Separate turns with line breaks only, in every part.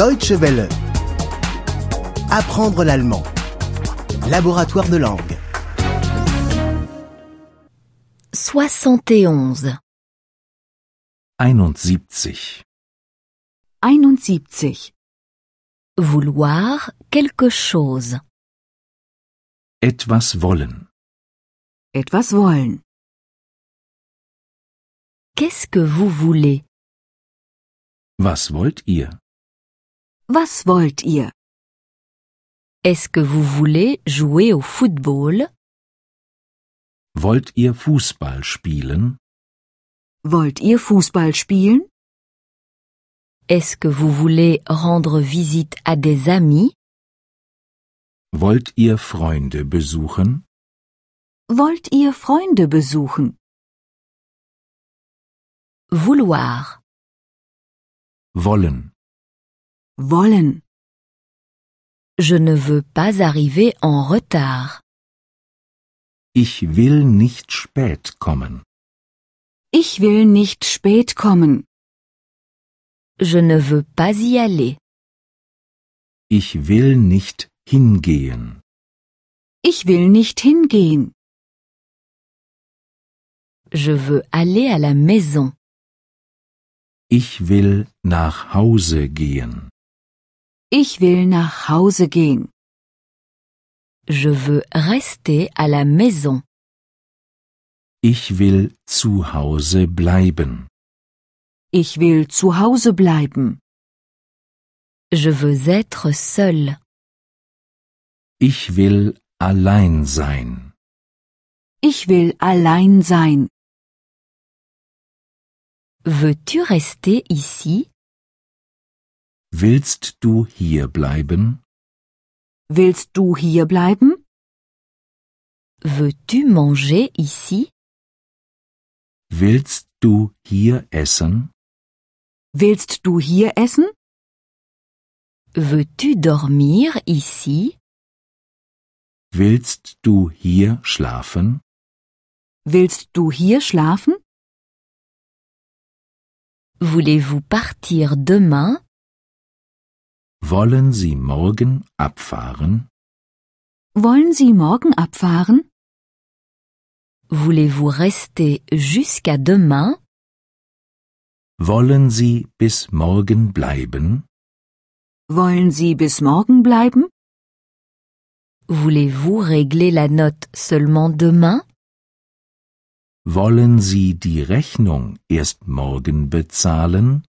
Deutsche Welle. Apprendre l'allemand. Laboratoire de langue.
71.
71.
71.
Vouloir quelque chose.
Etwas wollen.
Etwas wollen.
Qu'est-ce que vous voulez
Was wollt ihr?
Was wollt ihr?
Est-ce que vous voulez jouer au football
Wollt ihr Fußball spielen?
Wollt ihr Fußball spielen?
Est-ce que vous voulez rendre visite à des amis
Wollt ihr Freunde besuchen?
Wollt ihr Freunde besuchen?
Vouloir.
Wollen.
Wollen.
Je ne veux pas arriver en retard.
Ich will nicht spät kommen.
Ich will nicht spät kommen.
Je ne veux pas y aller.
Ich will nicht hingehen.
Ich will nicht hingehen.
Je veux aller à la maison.
Ich will nach Hause gehen.
Ich will nach Hause gehen.
Je veux rester à la maison.
Ich will zu Hause bleiben.
Ich will zu Hause bleiben.
Je veux être seul.
Ich will allein sein.
Ich will allein sein.
Veux-tu rester ici
Willst du hier bleiben?
Willst du hier bleiben?
Veux-tu manger ici
Willst du hier essen?
Willst du hier essen?
Veux-tu dormir ici
Willst du hier schlafen?
Willst du hier schlafen?
Voulez-vous partir demain
Wollen Sie morgen abfahren?
Wollen Sie morgen abfahren?
Voulez-vous rester jusqu'à demain
Wollen Sie bis morgen bleiben?
Wollen Sie bis morgen bleiben?
Voulez-vous régler la note seulement demain
Wollen Sie die Rechnung erst morgen bezahlen?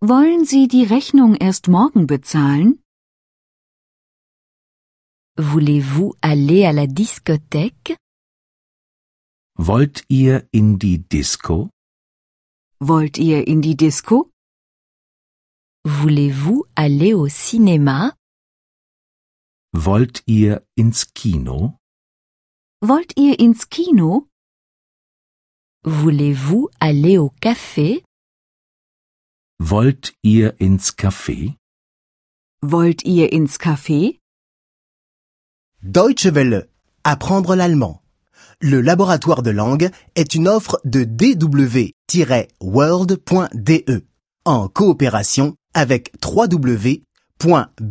Wollen Sie die Rechnung erst morgen bezahlen?
Voulez-vous aller à la discothèque
Wollt ihr in die Disco?
Wollt ihr in die Disco?
Voulez-vous aller au cinéma
Wollt ihr ins Kino?
Wollt ihr ins Kino?
Voulez-vous aller au café
Wollt ihr ins Café?
Wollt ihr ins Café?
Deutsche Welle. Apprendre l'allemand. Le laboratoire de langue est une offre de dw-world.de E en coopération avec www.book2.de.